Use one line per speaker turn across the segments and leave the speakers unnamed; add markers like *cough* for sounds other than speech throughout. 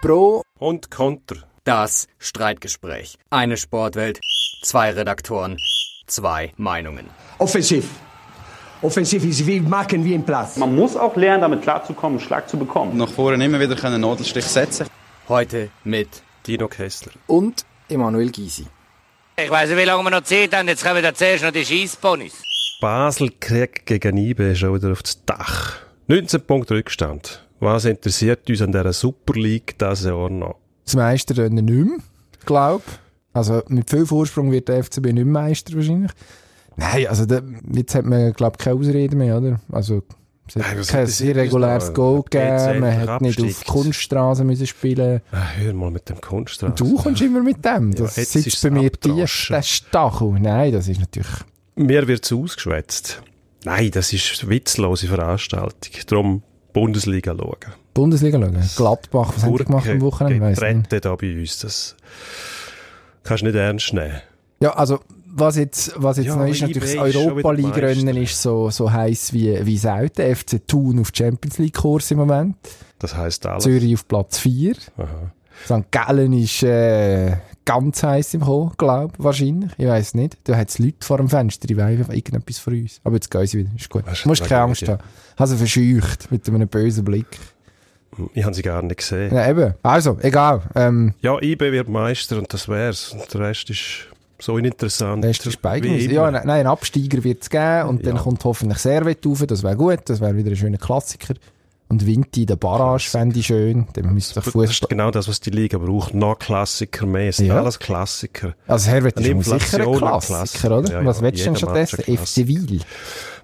Pro
und Konter.
Das Streitgespräch. Eine Sportwelt, zwei Redaktoren, zwei Meinungen.
Offensiv. Offensiv ist, wir machen wie im Platz.
Man muss auch lernen, damit klarzukommen, Schlag zu bekommen.
Nach vorne immer wieder einen Nadelstich setzen.
Heute mit
Dino Kessler
und Emanuel Gysi.
Ich weiß nicht, wie lange wir noch Zeit haben. Jetzt kommen da zuerst noch die Schießponys.
Basel Krieg gegen IBE ist schon wieder aufs Dach. 19 Punkte Rückstand. Was interessiert uns an dieser Super League dieses Jahr noch?
Das Meister nicht mehr, glaube Also mit viel Vorsprung wird der FCB nicht Meister wahrscheinlich. Nein, also da, jetzt hat man, glaube ich, keine Ausrede mehr, oder? Also es hat Nein, kein irreguläres Goal gegeben, man hat abstickt. nicht auf Kunststraße müssen spielen
Ach, Ah, Hör mal mit dem Kunststraße.
Du kommst immer mit dem. Das ja, sitzt bei mir tief, der Stachel. Nein, das ist natürlich...
Mir wird es ausgeschwätzt. Nein, das ist witzlose Veranstaltung. Darum Bundesliga schauen.
Bundesliga schauen? Gladbach, was haben die gemacht am Wochenende?
Ich weiss nicht. da bei uns. Das kannst du nicht ernst nehmen.
Ja, also was jetzt, was jetzt ja, noch ist, natürlich das Europa League Rennen ist so, so heiß wie, wie selten. FC Thun auf Champions League Kurs im Moment.
Das heisst alles.
Zürich auf Platz 4. Aha. St. Gallen ist äh, ganz heiß im Hoch, glaube ich, wahrscheinlich. Ich weiß nicht. Da hat es Leute vor dem Fenster, die weifen irgendetwas von uns. Aber jetzt gehen sie wieder, ist gut. Du musst keine Angst ja. haben. Hast also sie verscheucht mit einem bösen Blick.
Ich habe sie gar nicht gesehen.
Ja, eben. Also, egal. Ähm,
ja, IB wird Meister und das wär's. Und der Rest ist so uninteressant.
Der ist die Ja, ne, nein, ein Absteiger wird es geben und ja. dann kommt hoffentlich Servet rauf, das wäre gut, das wäre wieder ein schöner Klassiker. Und Winti in der Barrage fände ich schön. Dann müsste
das, das ist genau das, was die Liga braucht. Noch Klassiker mehr. Es sind ja. alles Klassiker.
Also Servet ist sicher ein Klassiker, Klassiker, oder? Ja, was willst du denn stattdessen? FC Wiel.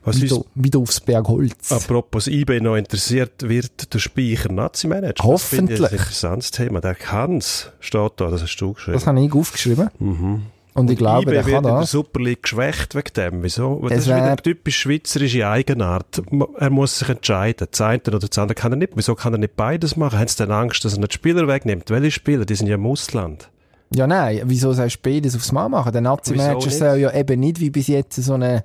Was wieder, ist, wieder aufs Bergholz.
Apropos IB noch interessiert, wird der Speicher Nazi-Manager?
Hoffentlich. Das
ist ein interessantes Thema. Der kanns steht da, das hast du geschrieben.
Das habe ich aufgeschrieben. Mhm. Und, und ich glaube,
IB
der
kann das. in der Super League geschwächt wegen dem. Wieso? Weil das ist wieder typisch schweizerische Eigenart. Er muss sich entscheiden. Das eine oder das andere kann er nicht. Wieso kann er nicht beides machen? Haben sie denn Angst, dass er nicht Spieler wegnimmt? Welche Spieler? Die sind ja im Ausland.
Ja, nein. Wieso sollst du beides aufs Mal machen? Der Nazi-Manager soll ja eben nicht wie bis jetzt so eine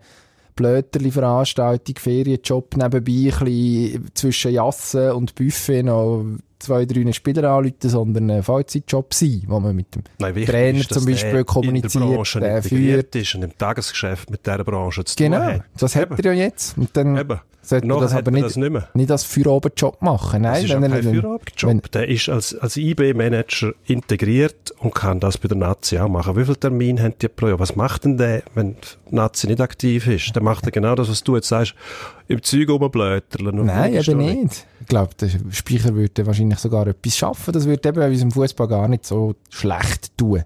blöterli Veranstaltung, Ferienjob nebenbei, ein bisschen zwischen Jassen und Buffet noch zwei, drei Spieler anrufen, sondern ein Vollzeitjob sein, wo man mit dem
Nein,
Trainer ist, zum Beispiel kommuniziert,
in der Branche der führt. ist und im Tagesgeschäft mit dieser Branche zu
genau,
tun hat.
das hat er ja jetzt. Und dann
Eben.
sollte man das aber nicht,
das nicht,
nicht als Feierabendjob machen. Nein,
das
wenn
ist ja kein Feierabendjob. Der ist als, als IB-Manager integriert und kann das bei der Nazi auch machen. Wie viel Termin haben die pro Jahr? Was macht denn der, wenn die Nazi nicht aktiv ist? Dann macht er genau das, was du jetzt sagst, im Zeug rumbläuterlen.
Nein, eben nicht. Ich glaube, der Speicher würde wahrscheinlich sogar etwas schaffen. Das würde eben bei unserem Fußball gar nicht so schlecht tun.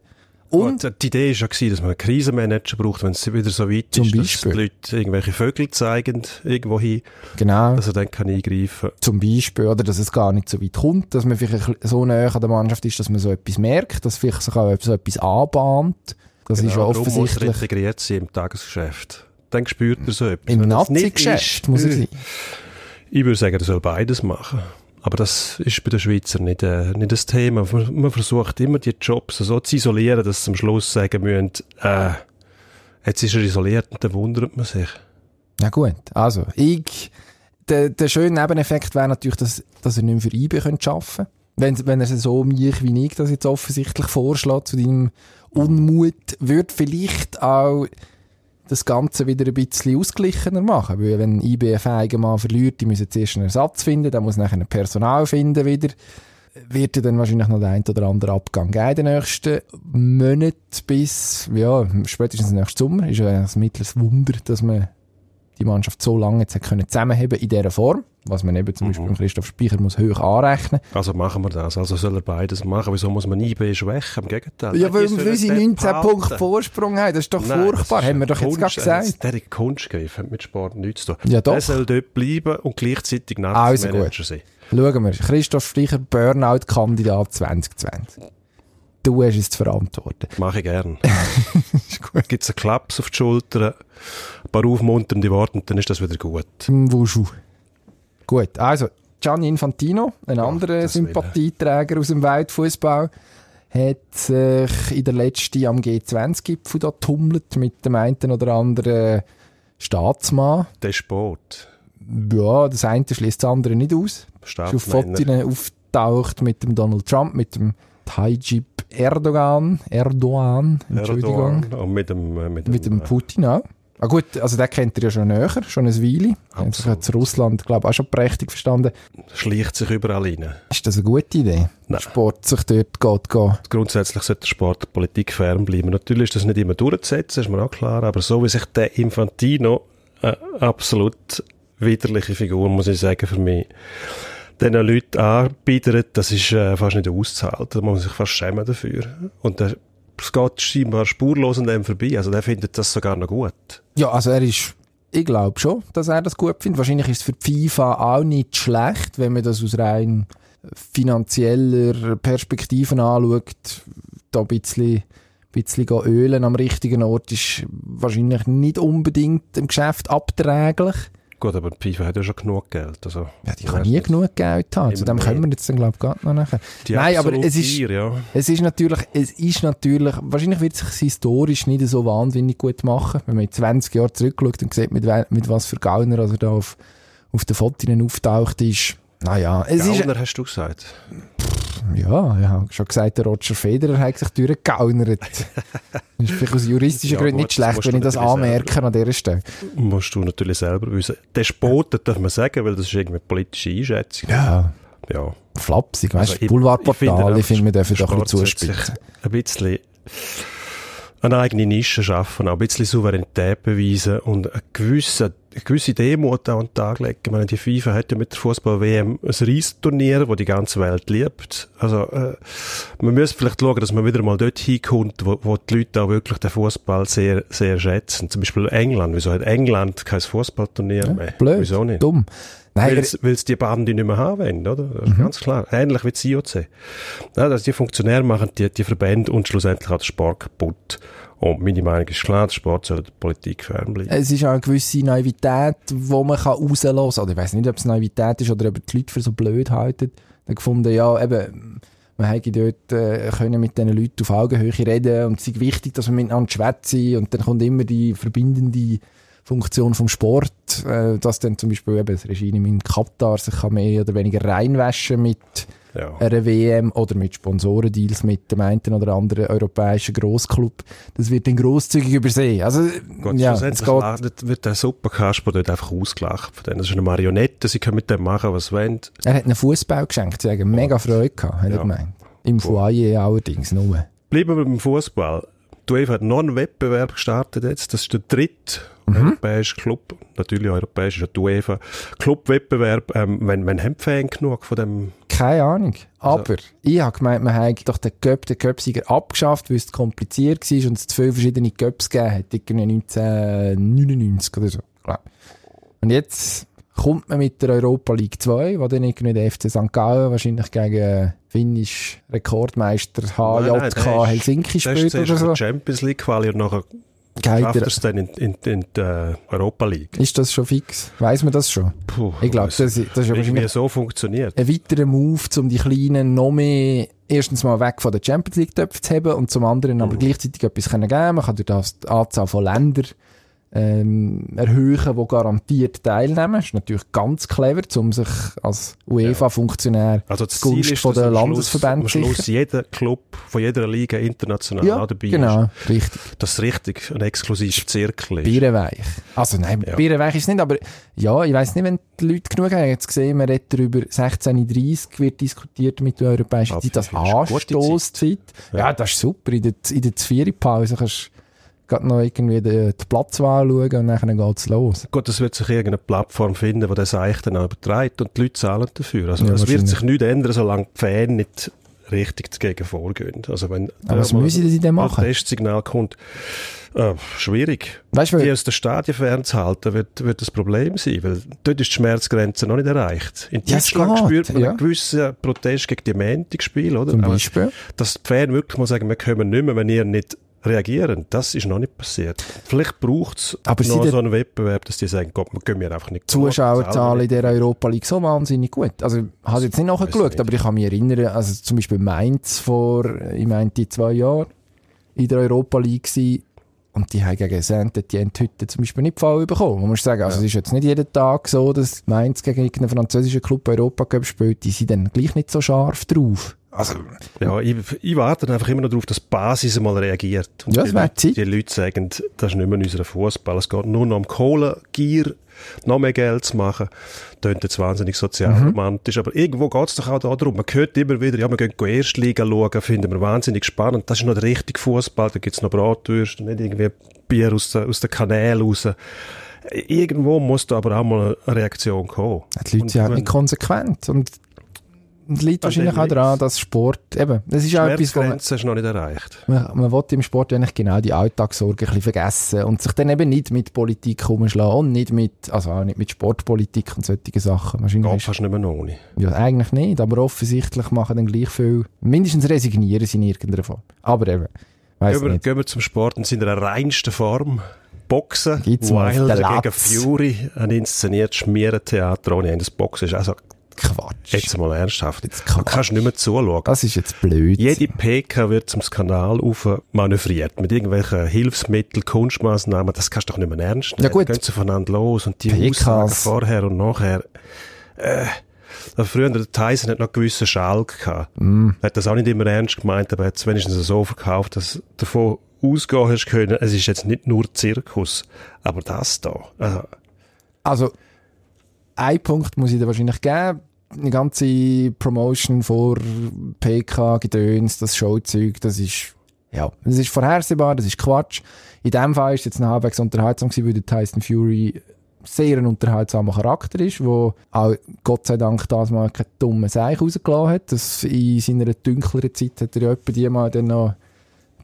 Und ja, die Idee war ja, dass man einen Krisenmanager braucht, wenn es wieder so weit
zum
ist,
Beispiel.
dass die Leute irgendwelche Vögel zeigen, irgendwo hin,
genau.
dass er dann kann eingreifen
Zum Beispiel, oder dass es gar nicht so weit kommt, dass man vielleicht so näher an der Mannschaft ist, dass man so etwas merkt, dass vielleicht sich auch so etwas anbahnt. Das
genau,
ist ja offensichtlich...
Darum muss er integriert sein im Tagesgeschäft. Dann spürt er so etwas.
Im Nazi-Geschäft muss
Äh.
er sein.
Ich würde sagen, er soll beides machen. Aber das ist bei den Schweizern nicht, äh, nicht das Thema. Man versucht immer, die Jobs so zu isolieren, dass sie am Schluss sagen müssen, äh, jetzt ist er isoliert und dann wundert man sich.
Na gut, also ich, der, der schöne Nebeneffekt wäre natürlich, dass, dass er nicht mehr für IBE arbeiten könnte. Wenn, wenn er so mich wie ich das jetzt offensichtlich vorschlägt, zu deinem Unmut, würde vielleicht auch das Ganze wieder ein bisschen ausgeglichener machen. Weil wenn IBF Mann verliert, die müssen zuerst einen Ersatz finden, dann muss nachher ein Personal finden wieder. Wird ja dann wahrscheinlich noch der ein oder andere Abgang geben in den nächsten Monaten bis, ja, spätestens nächsten Sommer. Ist ja ein mittleres Wunder, dass man die Mannschaft so lange jetzt können zusammenheben in dieser Form, was man eben zum mhm. Beispiel Christoph Speicher muss hoch anrechnen.
Also machen wir das, also soll er beides machen, wieso muss man IB schwächen, im Gegenteil.
Ja, weil, weil sie 19 Punkte Vorsprung haben, das ist doch Nein, furchtbar, haben wir doch jetzt gerade gesagt.
Der Kunstgriff hat mit Sport nichts zu tun.
Ja, doch. Ah,
Der soll dort bleiben und gleichzeitig Nazi-Manager also gut. sein.
Schauen wir, Christoph Speicher, Burnout-Kandidat 2020 du hast es zu verantworten.
Mache ich gern.
*laughs*
Gibt es einen Klaps auf die Schulter, ein paar aufmunternde Worte und dann ist das wieder gut.
Wuschu. Gut, also Gianni Infantino, ein ja, anderer Sympathieträger wieder. aus dem Weltfußball, hat sich in der letzten am G20-Gipfel da tummelt mit dem einen oder anderen Staatsmann.
Despot.
Ja, das eine schließt das andere nicht aus.
Staatsmänner.
Ist auf Fotos auf auftaucht mit dem Donald Trump, mit dem Tayyip Erdogan, Erdogan, Entschuldigung,
Erdogan und mit dem, äh, mit dem,
mit dem
äh,
Putin auch. Ah gut, also den kennt ihr ja schon näher, schon ein Weile. Das
Absolut.
hat Russland, glaube ich, auch schon prächtig verstanden.
schleicht sich überall rein.
Ist das eine gute Idee?
Nein.
Sport sich dort geht, gehen.
Grundsätzlich sollte der Sport der Politik fernbleiben. Natürlich ist das nicht immer durchzusetzen, ist mir auch klar, aber so wie sich der Infantino, eine absolut widerliche Figur, muss ich sagen, für mich, diesen Leuten anbietet, das ist äh, fast nicht auszuhalten. Da muss man sich fast schämen dafür. Und der, es geht scheinbar spurlos an dem vorbei. Also der findet das sogar noch gut.
Ja, also er ist, ich glaube schon, dass er das gut findet. Wahrscheinlich ist es für die FIFA auch nicht schlecht, wenn man das aus rein finanzieller Perspektive anschaut. Da ein bisschen, bisschen gehen ölen am richtigen Ort ist wahrscheinlich nicht unbedingt im Geschäft abträglich.
Gut, aber die FIFA hat ja schon genug Geld. Also,
Ja, die kann nie genug Geld haben. Zu
Immer
dem kommen wir
mehr.
jetzt dann, glaube ich, gerade noch nachher.
Die
Nein, aber
absolut
es ist-
Gier, ja.
Es ist natürlich, es ist natürlich, wahrscheinlich wird es sich historisch nicht so wahnsinnig gut machen, wenn man in 20 Jahre zurückschaut und sieht, mit, we- mit was für Gauner also da auf, auf den Fotos auftaucht ist. Naja, es
Gauner hast du gesagt.
ist, ja, ich habe schon gesagt, der Roger Federer hat sich
*laughs*
durchgegaunert. das ist vielleicht aus juristischen
Ja,
Gründen
gut,
nicht
das
schlecht,
musst
wenn
du
ich das
natürlich
anmerke an dieser Stelle.
Musst du natürlich selber wissen. Despoten darf man sagen, weil das ist irgendwie eine politische Einschätzung.
Ja,
Ja.
flapsig, weißt
Also
du,
ich-
Boulevardportal, ich
einfach,
finde, wir dürfen da ein
Sport
bisschen
sollte sich
zuspitzen.
Ein bisschen eine eigene Nische schaffen, auch ein bisschen Souveränität beweisen und eine gewisse, eine gewisse Demut auch an den Tag legen. Ich meine, die FIFA hat ja mit der Fußball-WM ein Riesturnier, das die ganze Welt liebt. Also, äh, man müsste vielleicht schauen, dass man wieder mal dort hinkommt, wo, wo die Leute auch wirklich den Fußball sehr, sehr schätzen. Zum Beispiel England. Wieso hat England kein Fußballturnier mehr?
Blöd,
Wieso nicht?
dumm. Nein,
Weil es die Bande nicht mehr haben wollen, oder? Das ist
Mhm.
ganz klar. Ähnlich wie das IOC. Ja, also die Funktionäre machen die, die Verbände und schlussendlich auch den Sport kaputt. Und meine Meinung ist klar, der Sport soll der Politik fernbleiben.
Es ist auch eine gewisse Naivität, die man kann rauslassen kann. Oder ich weiß nicht, ob es Naivität ist oder ob die Leute für so blöd halten. Dann gefunden, ja, eben, wir haben dort äh, können mit diesen Leuten auf Augenhöhe reden und es ist wichtig, dass wir miteinander schwätzen. Und dann kommt immer die verbindende Funktion vom Sport, äh, dass dann zum Beispiel eben das Regime in Katar sich kann mehr oder weniger reinwaschen mit
Ja.
einer WM oder mit Sponsorendeals mit dem einen oder anderen europäischen Grossclub. Das wird dann grosszügig übersehen. Also,
Gut,
ja, es
schlussendlich
geht
landet- wird der Suppenkasper dort einfach ausgelacht. Von denen. Das ist eine Marionette, sie können mit dem machen, was sie wollen.
Er hat einen Fußball geschenkt, sie haben mega Freude gehabt, hat er
Ja.
gemeint. Im Foyer allerdings nur.
Bleiben wir beim Fußball. Die UEFA hat noch einen Wettbewerb gestartet jetzt. Das ist der dritte
Mhm.
europäische Club. Natürlich europäisch ist ja die UEFA. Clubwettbewerb. Ähm, wenn, wenn haben die Fans genug von dem
Keine Ahnung.
Also-
Aber ich habe gemeint, man hätte doch den Cup, den Cupsieger abgeschafft, weil es zu kompliziert war und es zu viele verschiedene Cups gegeben hat. Irgendwie 1999 oder so. glaub ich. Und jetzt kommt man mit der Europa League 2, wo dann irgendwie der FC St. Gallen wahrscheinlich gegen äh, finnisch Rekordmeister HJK Helsinki
Das ist
spielt oder so.
Champions League Quali und nachher
Geht
schafft er
er-
es dann in, in, in die äh, Europa League.
Ist das schon fix? Weiß man das schon?
Puh,
Ich glaube, das,
weiss
das ist ja
nicht,
wahrscheinlich
wie so funktioniert.
ein weiterer Move, um die Kleinen noch mehr erstens mal weg von der Champions League Töpfe zu haben und zum anderen
Oh.
aber gleichzeitig etwas können geben. Man kann durch das die Anzahl von Ländern ähm, erhöhen, die garantiert teilnehmen. ist natürlich ganz clever, um sich als UEFA-Funktionär
Also das
zugunsten
Ziel ist,
von
dass
den
am
Landesverbänden
Schluss, am Schluss
sicher.
jeder Club von jeder Liga international
Ja,
auch dabei
genau,
ist.
richtig.
Dass es richtig ein exklusiver Zirkel ist.
Bierenweich. Also nein,
Ja.
Bierenweich ist es nicht, aber ja, ich weiss nicht, wenn die Leute genug haben. Jetzt gesehen, man redet darüber, 16.30 wird diskutiert mit der europäischen
Ah,
Zeit, das
das ist eine gute
Anstoßzeit. Ja. das ist super. In der, in der Zvieri-Pause kannst du grad noch irgendwie den, die Platzwahl schauen und dann geht's los.
Gut, es wird sich irgendeine Plattform finden, die das eigentlich dann auch überträgt und die Leute zahlen dafür. Also
Ja,
es wird
wahrscheinlich.
sich nichts ändern, solange die Fans nicht richtig dagegen vorgehen. Also wenn
Aber was
da mal
müssen sie denn machen?
Ein Testsignal kommt, äh, schwierig.
Weißt du,
Die
weil-
aus der Stadien fernzuhalten, wird, wird das Problem sein, weil dort ist die Schmerzgrenze noch nicht erreicht. In
Ja, es
Deutschland
geht,
spürt man
ja.
einen gewissen Protest gegen die Mantic-Spiele, oder?
Zum
Aber
Beispiel?
dass die Fans wirklich mal sagen, wir kommen nicht mehr, wenn ihr nicht reagieren, das ist noch nicht passiert. Vielleicht braucht es
Aber
noch
sind
so einen Wettbewerb, dass die sagen, Gott, wir gehen mir einfach nicht zu.
Zuschauerzahlen in der Europa League so wahnsinnig gut. Also, ich habe jetzt nicht nachgeschaut,
nicht.
aber ich kann mich erinnern, also zum Beispiel Mainz vor, ich meinte, zwei Jahren in der Europa League war. Und die haben gegen Saint-Étienne die heute zum Beispiel nicht Fall bekommen. Man muss sagen, also es ist jetzt nicht jeden Tag so, dass Mainz gegen einen französischen Club Europa Cup spielt. Die sind dann gleich nicht so scharf drauf. Also,
Ja, ich, ich warte dann einfach immer noch darauf, dass die Basis einmal reagiert. Und
Ja,
die,
es wäre
Leute,
Zeit.
die Leute sagen, das ist nicht mehr unser Fußball. Es geht nur noch um Kohle, Gier, noch mehr Geld zu machen. Tönt jetzt wahnsinnig
Mhm.
sozialromantisch. Aber irgendwo geht es doch auch darum. Man hört immer wieder, ja, wir gehen die Erstliga schauen, finden wir wahnsinnig spannend. Das ist noch der richtige Fußball. Da gibt es noch Bratwürste, nicht irgendwie Bier aus, der- aus den Kanälen raus. Irgendwo muss da aber auch mal eine Reaktion kommen.
die Leute
Und
sind halt
wenn- Also,
nicht konsequent. Und es liegt
An den
wahrscheinlich auch
liegt's.
daran, dass Sport, eben, es ist auch etwas, wo man,
Schmerzgrenze ist noch nicht erreicht.
Man, man will im Sport eigentlich genau die Alltagssorgen ein bisschen vergessen und sich dann eben nicht mit Politik rumschlagen und nicht mit, also auch nicht mit Sportpolitik und solchen Sachen.
Geht
Wahrscheinlich ist,
fast nicht mehr noch ohne.
ja, eigentlich nicht, aber offensichtlich machen dann gleich viel, mindestens resignieren sie in irgendeiner Form. Aber eben, weiss
Gehen wir,
nicht.
gehen wir zum Sport in seiner reinsten Form. Boxen,
Gibt's mal auf den
Wilder gegen
Latz.
Fury, ein inszeniertes Schmierentheater ohne Ende. Das Boxen ist also
Quatsch.
jetzt mal ernsthaft.
Jetzt
Man kannst nicht mehr zuschauen.
Das ist jetzt blöd.
Jede PK wird zum Skandal auf manövriert mit irgendwelchen Hilfsmitteln, Kunstmaßnahmen. Das kannst du doch nicht mehr ernst nehmen.
gut.
Die Gehen sie voneinander los und die
PKs.
Aussagen vorher und nachher. Äh, früher der Tyson hat noch einen gewissen Schalk gehabt.
Mm.
Er hat das auch nicht immer ernst gemeint, aber er hat es wenigstens so verkauft, dass du davon ausgehen hast können. Es ist jetzt nicht nur Zirkus, aber das da. Also,
Also, ein Punkt muss ich dir wahrscheinlich geben. Die ganze Promotion vor PK, Gedöns, das Showzeug, das ist, ja, das ist vorhersehbar, das ist Quatsch. In dem Fall ist es jetzt noch halbwegs unterhaltsam gewesen, weil der Tyson Fury sehr ein unterhaltsamer Charakter ist, wo auch Gott sei Dank das mal keinen dummen Seich rausgelassen hat. Das in seiner dunkleren Zeit hat er ja etwa die mal dann noch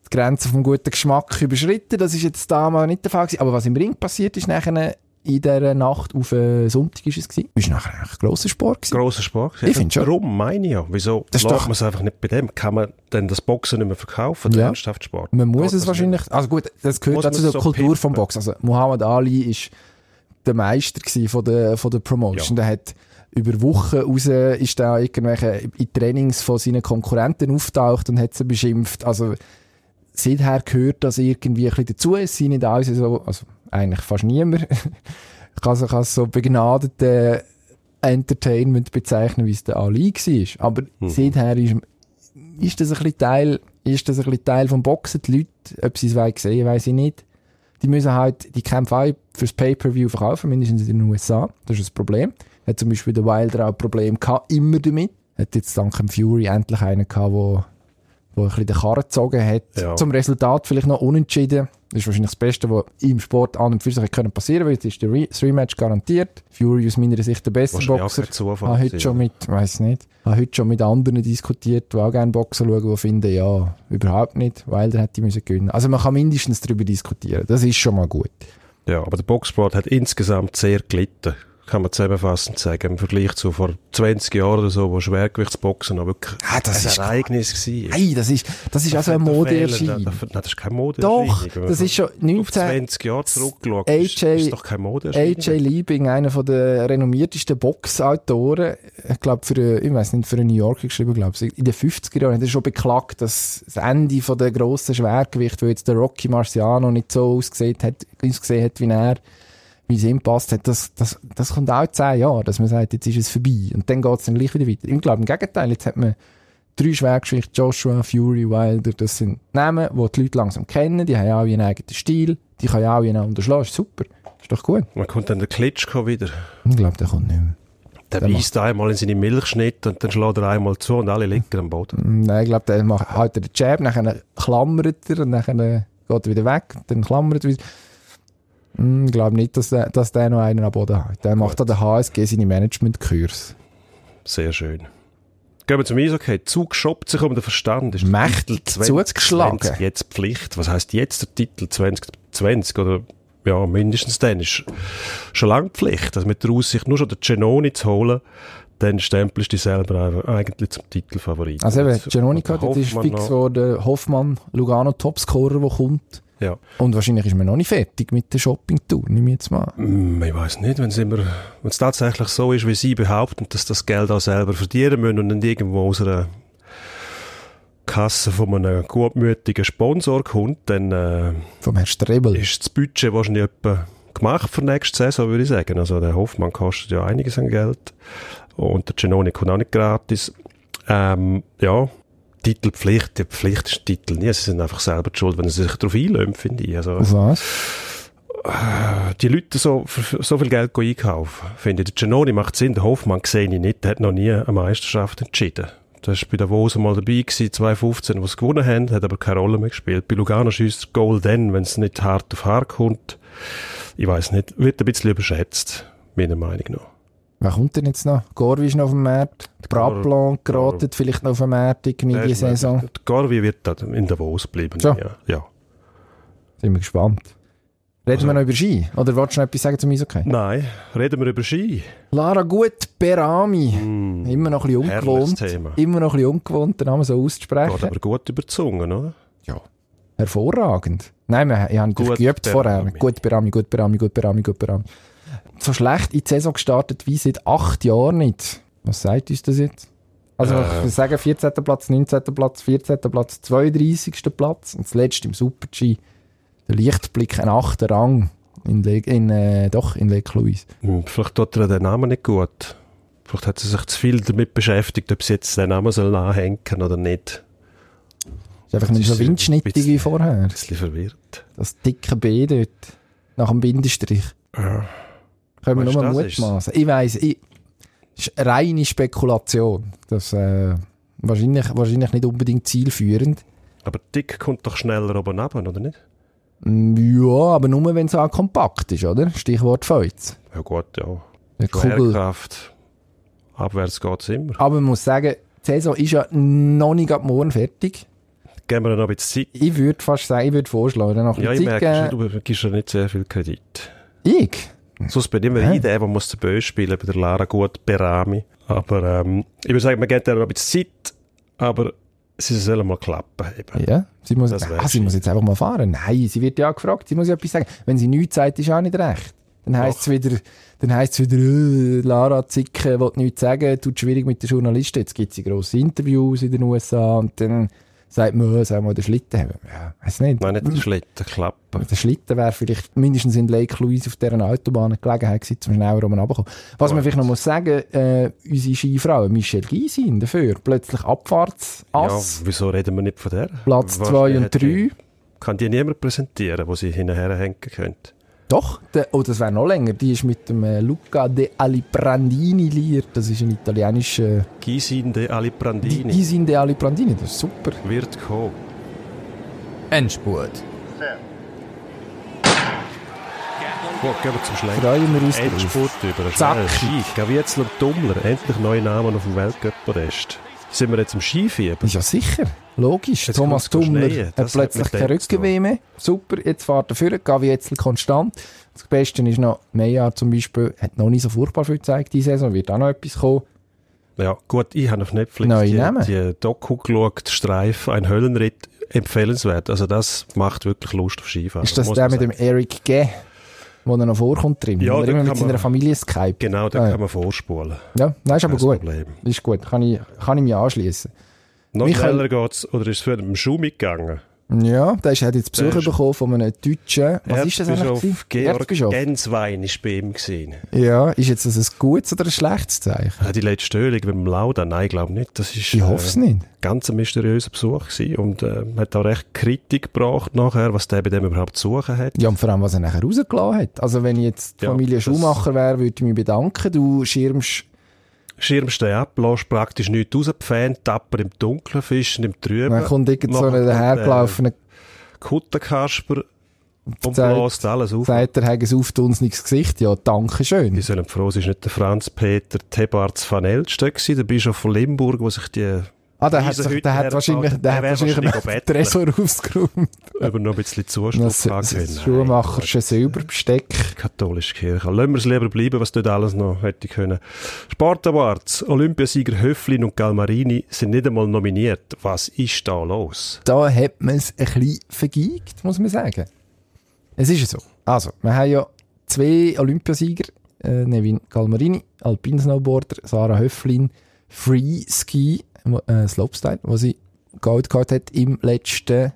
die Grenze vom guten Geschmack überschritten. Das ist jetzt da mal nicht der Fall gewesen. Aber was im Ring passiert ist nachher in dieser Nacht auf äh, Sonntag ist es gewesen, ist nachher eigentlich ein grosser Sport gewesen.
grosser Sport.
Ich find's schon.
Warum meine ich ja? Wieso
Das ist
lässt
doch-
man es einfach nicht bei dem? Kann man denn das Boxen nicht mehr verkaufen?
Ja.
Ja. Sport.
Man muss es wahrscheinlich, also gut, das gehört
Muss
dazu
man
zur
so
Kultur vom
pimpen?
Boxen. Also Muhammad Ali ist der Meister gewesen von der, von der Promotion. Der hat über Wochen raus, ist da irgendwelche in Trainings von seinen Konkurrenten auftaucht und hat sie beschimpft. Also seither gehört das irgendwie ein bisschen dazu. Es sind nicht alles so, also eigentlich fast niemand *laughs* kann sich als so begnadeten Entertainment bezeichnen, wie es der Ali war. Aber seither ist ist das ein bisschen Teil, ist das ein bisschen Teil vom Boxen? Die Leute, ob sie es wollen sehen, weiß ich nicht. Die müssen halt die Kämpfe auch fürs Pay-Per-View verkaufen, mindestens in den USA. Das ist ein Problem. Hat zum Beispiel der Wilder auch ein Problem gehabt, immer damit. Hat jetzt dank dem Fury endlich einen gehabt, wo, wo ein bisschen den Karren gezogen hat.
Ja.
Zum Resultat vielleicht noch unentschieden. Das ist wahrscheinlich das Beste, was im Sport an und für sich hätte können passieren, weil jetzt ist der Re das Rematch garantiert. Fury aus meiner Sicht der beste
Wahrscheinlich auch
Boxer.
kein Zufall
Habe heute
gewesen,
schon
oder?
mit, weiß nicht, habe heute schon mit anderen diskutiert, die auch gerne Boxen schauen, die finden, ja, überhaupt nicht, weil der hätte müssen gewinnen. Also man kann mindestens darüber diskutieren. Das ist schon mal gut.
Ja, aber der Boxsport hat insgesamt sehr gelitten, kann man zusammenfassend sagen, im Vergleich zu vor 20 Jahren oder so, wo Schwergewichtsboxen noch wirklich
Ah, das
ein
ist-
Ereignis war.
Hey, das ist, das ist also eine Modeerscheinung.
Nein, das ist keine Modeerscheinung.
Doch,
Wenn man
das ist schon
auf
19,
20 Jahre zurückgeschaut,
AJ
ist, ist doch
AJ
keine Modeerscheinung.
Liebing, einer von der renommiertesten Boxautoren, ich glaube für, eine- ich weiß nicht, für einen New Yorker geschrieben, glaube ich, in den 50er Jahren hat er schon beklagt, dass das Ende von der grossen Schwergewicht, wo jetzt der Rocky Marciano nicht so ausgesehen hat, ausgesehen hat wie er, wie es ihm passt hat, das, das, das kommt auch in 10 Jahren, dass man sagt, jetzt ist es vorbei. Und dann geht es dann gleich wieder weiter. Ich glaube, im Gegenteil, jetzt hat man drei Schwergewichte, Joshua, Fury, Wilder, das sind Namen, die die Leute langsam kennen, die haben auch ihren eigenen Stil, die können auch ineinander schlagen, ist super. Ist doch gut.
Man kommt dann der Klitschko wieder,
Ich glaube, der kommt nicht mehr.
der
Der
beißt einmal in seine Milchschnitte und dann schlägt er einmal zu und alle liegen am Boden.
Hm, Nein, ich glaube, der macht halt den Jab, nachher klammert er und nachher äh, geht er wieder weg, dann klammert er wieder. Hm, Ich glaube nicht, dass der, dass der noch einen am Boden hat. Der macht an der HSG seine Management-Kurs.
Sehr schön. Gehen wir zum Eishockey. Zugeschoppt sich um den Verstand. Ist der
Mächtig
Titel 20,
zugeschlagen.
20, jetzt Pflicht. Was heißt jetzt der Titel 2020 oder ja, mindestens dann ist schon lange Pflicht. Also mit der Aussicht, nur schon den Genoni zu holen, dann stempelst du dich selber einfach eigentlich zum Titelfavorit.
Also eben,
Und-
Giannoni
und der
hat das ist
Hoffmann
fix
noch.
geworden. Hoffmann, Lugano, Topscorer, der kommt.
Ja.
Und wahrscheinlich ist man noch nicht fertig mit der Shopping-Tour, nehme ich jetzt mal. an.
Hm, Ich weiß nicht, wenn es immer, wenn es tatsächlich so ist, wie sie behaupten, dass das Geld auch selber verdienen müssen und nicht irgendwo aus einer Kasse von einem gutmütigen Sponsor kommt, dann äh,
Vom Herrn Strebel.
ist das Budget wahrscheinlich etwa gemacht für nächste Saison, würde ich sagen. Also der Hoffmann kostet ja einiges an Geld und der Genoni kommt auch nicht gratis. Ähm, ja, Titelpflicht, die Pflicht ist Titel. nie. sie sind einfach selber die schuld, wenn sie sich darauf einlösen, finde ich. Also
Auf was?
die Leute so, für- für so viel Geld gehen einkaufen, finde ich. Der Genoni macht Sinn, der Hoffmann sehe ich nicht, der hat noch nie eine Meisterschaft entschieden. Das war bei Davos mal dabei, gewesen, 2015, wo sie gewonnen haben, hat aber keine Rolle mehr gespielt. Bei Lugano schießt das Goal dann, wenn es nicht hart auf hart kommt. Ich weiß nicht, wird ein bisschen überschätzt, meiner Meinung nach.
Wer kommt denn jetzt noch? Gorvi ist noch auf dem Markt. Braplon geraten vielleicht noch auf dem Markt in die
Der-
Saison.
der Garvey wird da in Davos bleiben.
So.
Ja. ja.
Sind wir gespannt. Reden
Also
wir noch über Ski? Oder wolltest du noch etwas sagen zum Eishockey?
Nein, reden wir über Ski.
Lara Gut, Berami. Immer noch ein bisschen
Mm. herrliches
ungewohnt.
Thema.
Immer noch ein bisschen ungewohnt, den Namen so auszusprechen.
Geht aber gut über die Zunge, oder?
Hervorragend. Nein, wir, ich habe
Gut
gut geübt vorher.
Berami.
Gut Berami, gut Berami, gut Berami, gut Berami. So schlecht in die Saison gestartet wie seit acht Jahren nicht. Was sagt uns das jetzt? Also
Äh.
ich würde sagen 14. Platz, 19. Platz, 14. Platz, 32. Platz und das letzte im Super-G. Der Lichtblick, ein achter Rang in, Le in, äh, doch, in Lake Louise.
Hm, Vielleicht tut er den Namen nicht gut. Vielleicht hat sie sich zu viel damit beschäftigt, ob sie jetzt den Namen soll anhängen oder nicht.
Ist einfach nicht
ist
so
ein
windschnittig
bisschen-
wie vorher.
Ein bisschen verwirrt.
Das dicke B dort. Nach dem Bindestrich.
Ja.
Können wir
Weißt
nur
du, das
mutmaßen. Ich weiss, ich, das ist reine Spekulation. Das äh, wahrscheinlich, wahrscheinlich nicht unbedingt zielführend.
Aber dick kommt doch schneller oben ab, oder nicht?
Mm, Ja, aber nur wenn es auch kompakt ist, oder? Stichwort Feuz.
Ja gut, ja.
Eine Kugel.
Schwerkraft. Abwärts geht es immer.
Aber man muss sagen, die Saison ist ja noch nicht ab morgen fertig.
Geben wir ihr noch ein bisschen Zeit.
Ich würde fast sagen, ich würde vorschlagen, noch ein
Ja, ich
bisschen
merke
Zeit Hm.
schon, du gibst ihr nicht sehr viel Kredit.
geben. Ich?
Sonst bin ich immer ich der, der muss den Böse spielen, bei der Lara gut, Berami. Aber ähm, ich würde sagen, wir geben ihr noch ein bisschen Zeit, aber sie sollen mal klappen. Eben.
Ja. Sie muss,
Das wär
ah, sie muss jetzt einfach mal fahren. Nein, sie wird ja auch gefragt. Sie muss ja etwas sagen. Wenn sie nichts sagt, ist auch nicht recht. Dann heisst es wieder, dann heisst's wieder äh, Lara Zicke will nichts sagen, tut schwierig mit den Journalisten. Jetzt gibt sie grosse Interviews in den USA und dann sagt man, äh, soll mal den Schlitten haben. Ja, weiß nicht.
Nein, nicht schlecht, klappen.
Der Schlitten wäre vielleicht mindestens in Lake Louise auf dieser Autobahn eine Gelegenheit gewesen, zum schneller oben runterzukommen. Was man vielleicht noch muss sagen, äh, unsere Skifrauen, Michelle Gysin dafür, plötzlich Abfahrtsass,
Ja, wieso reden wir nicht von der?
Platz
Was-
2 und
hätte-
3.
Kann die niemand präsentieren, wo sie hinterher hängen könnte?
Doch, der, oh, das wäre noch länger. Die ist mit dem äh, Luca de Aliprandini liiert. Das ist ein italienischer.
Gisin de
Die,
Aliprandini
die sind de Aliprandini, das ist super.
wird kommen.
Endspurt.
Gut, gehen wir zum Schlenker.
Freuen wir uns drauf.
Endspurt über.
Zack.
Ski. Gavietzel und Dummler. Endlich neue Namen auf dem Weltcup-Podest. Sind wir jetzt im Skifieber?
Ja, sicher. Logisch.
Jetzt
Thomas
kommt's
Dummler
schneien.
hat
Das hat
plötzlich
mit
keine
dem zu tun.
Rückenweh mehr. Super, jetzt fährt er vorne, Gavi jetzt konstant. Das Beste ist noch, Meyer zum Beispiel hat noch nicht so furchtbar viel gezeigt diese Saison, wird auch noch etwas kommen.
Ja, gut, ich habe auf Netflix
Neue Namen.
die, die Doku geschaut, Streif, ein Höllenritt, empfehlenswert. Also das macht wirklich Lust auf Skifahren.
Ist das
muss
der
man
mit dem
sagen.
Eric G., wo er noch vorkommt drin?
Ja,
wo er
den
immer
kann
mit
man-
seiner Familie Skype.
Genau, da
Ah, ja.
kann man vorspulen.
Ja, nein, ist aber
Kein
gut.
Problem.
Ist gut, kann ich, kann ich mich anschließen.
Noch
Michael-
schneller geht's, oder ist es für den Schuh mitgegangen?
Ja, der ist- hat jetzt Besuch
Der ist-
bekommen von einem Deutschen. Was ist das eigentlich? gewesen?
Erzbischof Georg
Erzbischof.
Genswein ist bei ihm gesehen.
Ja, dus ist jetzt das ein gutes oder ein schlechtes Zeichen?
Ah, Die letzte Störung beim Lauda, nein, glaube nicht. Das ist
Ich hoffe es
äh,
nicht.
ganz ein mysteriöser Besuch gewesen und äh, hat auch recht Kritik gebracht nachher, was der bei dem überhaupt zu suchen hat.
Ja, und vor allem, was er nachher rausgelassen hat. Also, wenn ich jetzt die
Ja,
Familie
das-
Schumacher wäre, würde ich mich bedanken. Du schirmst
Schirmsteh ab, lässt praktisch nichts raus, die Fan, tapper im Dunkeln, fischen im Trüben.
Dann kommt irgend so ein
eh,
dahergelaufener,
äh, Kuttenkasper und
Zeigt-
bläst alles auf.
sagt er, hat ein auftunsiges Gesicht. Ja, danke schön.
Die sollen froh sein, es ist nicht der Franz-Peter Tebarz van Elste gewesen, der Bischof von Limburg, wo sich die äh,
Ah, der hat,
Riesen
sich,
heute
der hat wahrscheinlich,
hergebaut.
der
Der
hat
wär
wahrscheinlich
wahrscheinlich
noch den *laughs*
gebettet.
Tresor aufgeräumt.
über noch ein bisschen Zuspruch
Das,
haben
das, das
können. Nein,
Schumachersche Silberbesteck.
katholische Kirche. Lassen wir es lieber bleiben, was dort alles noch hätte können. Sparta Warz, Olympiasieger Höflin und Galmarini sind nicht einmal nominiert. Was ist da los?
da hat man es ein bisschen vergeigt, muss man sagen. Es ist ja so. Also, wir haben ja zwei Olympiasieger, äh, Nevin Galmarini, Alpinsnowboarder, Sarah Höflin, Free Ski, äh, Slopestyle, wo sie Gold gehabt hat im letzten,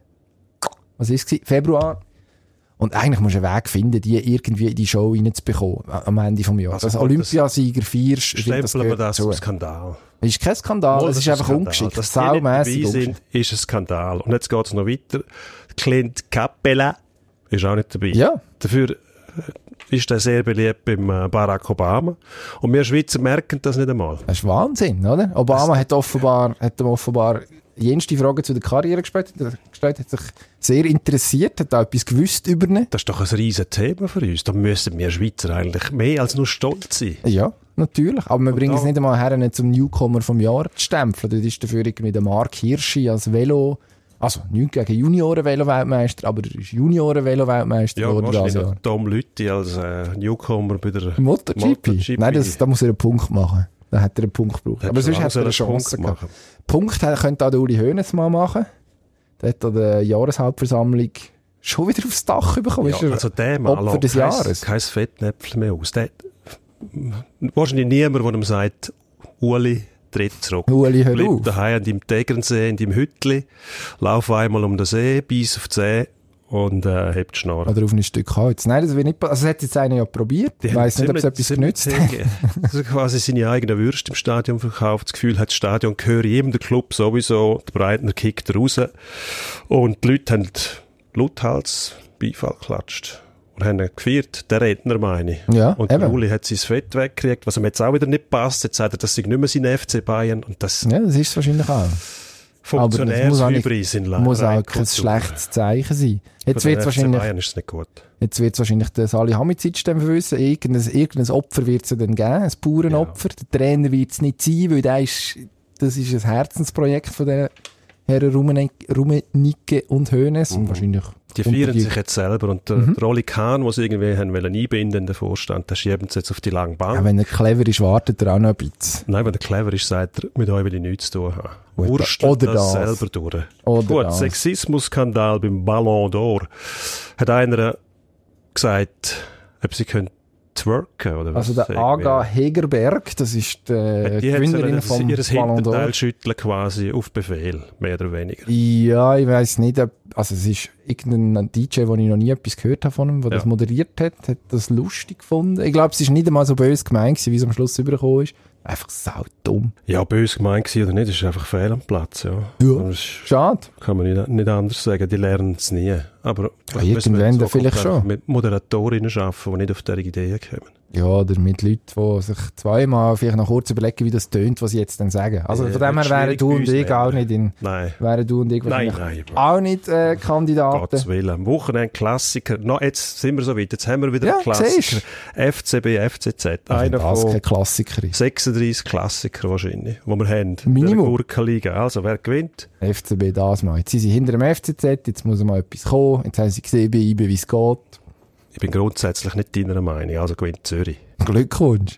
was ist es, Februar. Und eigentlich musst du einen Weg finden, die irgendwie in die Show reinzubekommen, a- am Ende vom Jahr.
Also
Also, Dass
gut, das-
Olympiasieger feierst, ich finde,
Stempeln wir
gehört
das zum
dazu.
Skandal.
Das ist kein Skandal,
Mal,
es ist
ein
einfach
Skandal.
ungeschickt.
Dass die nicht
Saumässig
dabei
ungeschickt.
sind, ist ein Skandal. Und jetzt geht es noch weiter. Clint Capella ist auch nicht dabei.
Ja.
Dafür äh, ist er sehr beliebt beim äh, Barack Obama. Und wir Schweizer merken das nicht einmal.
Das ist Wahnsinn, oder? Obama hat offenbar, hat ihm offenbar jenste Fragen zu der Karriere gestellt, äh, gestellt, hat sich sehr interessiert, hat auch etwas gewusst über ihn.
Das ist doch ein riesen Thema für uns. Da müssen wir Schweizer eigentlich mehr als nur stolz sein.
Ja, natürlich. Aber wir bringen es
da-
nicht einmal her, ihn zum Newcomer vom Jahr zu stempeln. Dort ist dafür irgendwie der Mark Hirschi als Velo, also nicht gegen Junioren-Velo-Weltmeister, aber er ist Junioren-Velo-Weltmeister
Ja,
geworden
wahrscheinlich
dieses
noch
Jahr.
Tom Lütti als äh, Newcomer bei der
also. MotoGP? Nein, das, da muss er einen Punkt machen. Da hat er einen Punkt gebraucht.
Hat
Aber sonst
schon lange
hat er eine
sollen einen
Chance
Punkt
gehabt. Punkt hat- könnte auch der Uli Hoeneß mal machen. Der hat an der Jahreshauptversammlung schon wieder aufs Dach bekommen.
Ja,
Ist er
also der Mann
Opfer
lässt
des
kein,
Jahres.
kein Fettnäpfchen mehr aus. Der, wahrscheinlich niemand, der ihm sagt, Uli, tritt zurück.
Uli, hör
Bleib
auf.
daheim an deinem Tegernsee, in deinem Hütli, lauf einmal um den See, beiß auf die See und äh, hebt die Schnorre.
Oder auf ein Stück Holz. Nein, das wird nicht pa- Also, das hat jetzt einer ja probiert. Ich weiss nicht, ob es etwas genützt hat. *laughs*
hat. Also quasi seine eigenen Würste im Stadion verkauft. Das Gefühl hat, das Stadion gehöre ihm, der Club sowieso. Der Breitner kickt raus. Und die Leute haben lauthals Beifall geklatscht. Und haben ihn gefeiert, der Redner meine ich.
Ja,
und der
eben.
Uli hat sein Fett weggekriegt, was ihm jetzt auch wieder nicht passt. Jetzt sagt er, das sei nicht mehr sein FC Bayern. Und das
Ja, das ist es wahrscheinlich auch. Aber das muss auch,
Funktionärshybris in
nicht, muss auch kein
Kultur.
schlechtes Zeichen sein. Jetzt
Für den
wird
FC
es wahrscheinlich
Bayern ist es nicht gut.
Jetzt wird es wahrscheinlich der Salihamidzic dann wissen. Irgendein, irgendein Opfer wird es ja dann geben, ein Bauernopfer. Der Trainer wird es nicht sein, weil der ist, das ist ein Herzensprojekt von den Herren Rummenigge- Rummenigge und Hoeneß. Und Mhm. wahrscheinlich
Mhm. Die
unter
feiern sich jetzt selber und der der Rolli Kahn, den sie irgendwie haben wollen einbinden in den Vorstand, der schiebt sie jetzt auf die lange Bank.
Ja, wenn er clever ist, wartet er auch noch ein bisschen.
Nein, wenn der clever ist, sagt er, mit euch will ich nichts zu tun haben.
Gut,
Wurst
oder das.
das selber durch.
Oder
Gut,
das.
Sexismus-Skandal beim Ballon d'Or. Hat einer gesagt, ob sie können twerken oder was?
Also der
irgendwie.
Aga Hegerberg, das ist die äh,
Die hat
Gewinnerin
so
vom
ihr
Ballon d'Or.
Hinterteil schütteln quasi auf Befehl, mehr oder weniger.
Ja, ich weiß nicht, ob, also es ist irgendein DJ, wo ich noch nie etwas gehört habe von ihm, der
Ja.
das moderiert hat, hat das lustig gefunden. Ich glaube, es ist nicht einmal so böse gemeint, gewesen, wie es am Schluss übergekommen ist. Einfach sau dumm.
Ja, böse gemeint gewesen oder nicht, das ist einfach fehl am Platz. Ja. Aber es ist-
Schade.
Kann man nicht, nicht anders sagen, die lernen es nie. Aber
Ja, Ah, irgendwann
müssen wir in
dann vielleicht
Zukunft einfach
schon.
Mit Moderatorinnen arbeiten, die nicht auf diese Ideen kommen.
Ja, oder mit Leuten, die sich zweimal vielleicht noch kurz überlegen, wie das tönt, was sie jetzt dann sagen. Also
Ja,
von dem
wird
her wären
schwierig
du
bei
und
uns
ich
werden.
auch nicht in,
Nein,
wären du und ich
nein,
wahrscheinlich
nein. aber
auch nicht äh, Kandidaten.
Gottes Willen. Am Wochenende Klassiker. No, jetzt sind wir so weit. Jetzt haben wir wieder
Ja,
einen Klassiker.
siehst
FCB, FCZ.
Wenn
Einer
das
von
kein Klassiker ist.
36 Klassiker wahrscheinlich, die wir haben.
Minimum.
Liga. Also, wer gewinnt?
FCB das mal. Jetzt sind sie hinter dem FCZ, jetzt muss mal etwas kommen. Jetzt haben sie gesehen, bei IB, wie es geht.
Ich bin grundsätzlich nicht deiner Meinung. Also gewinnt Zürich.
Glückwunsch.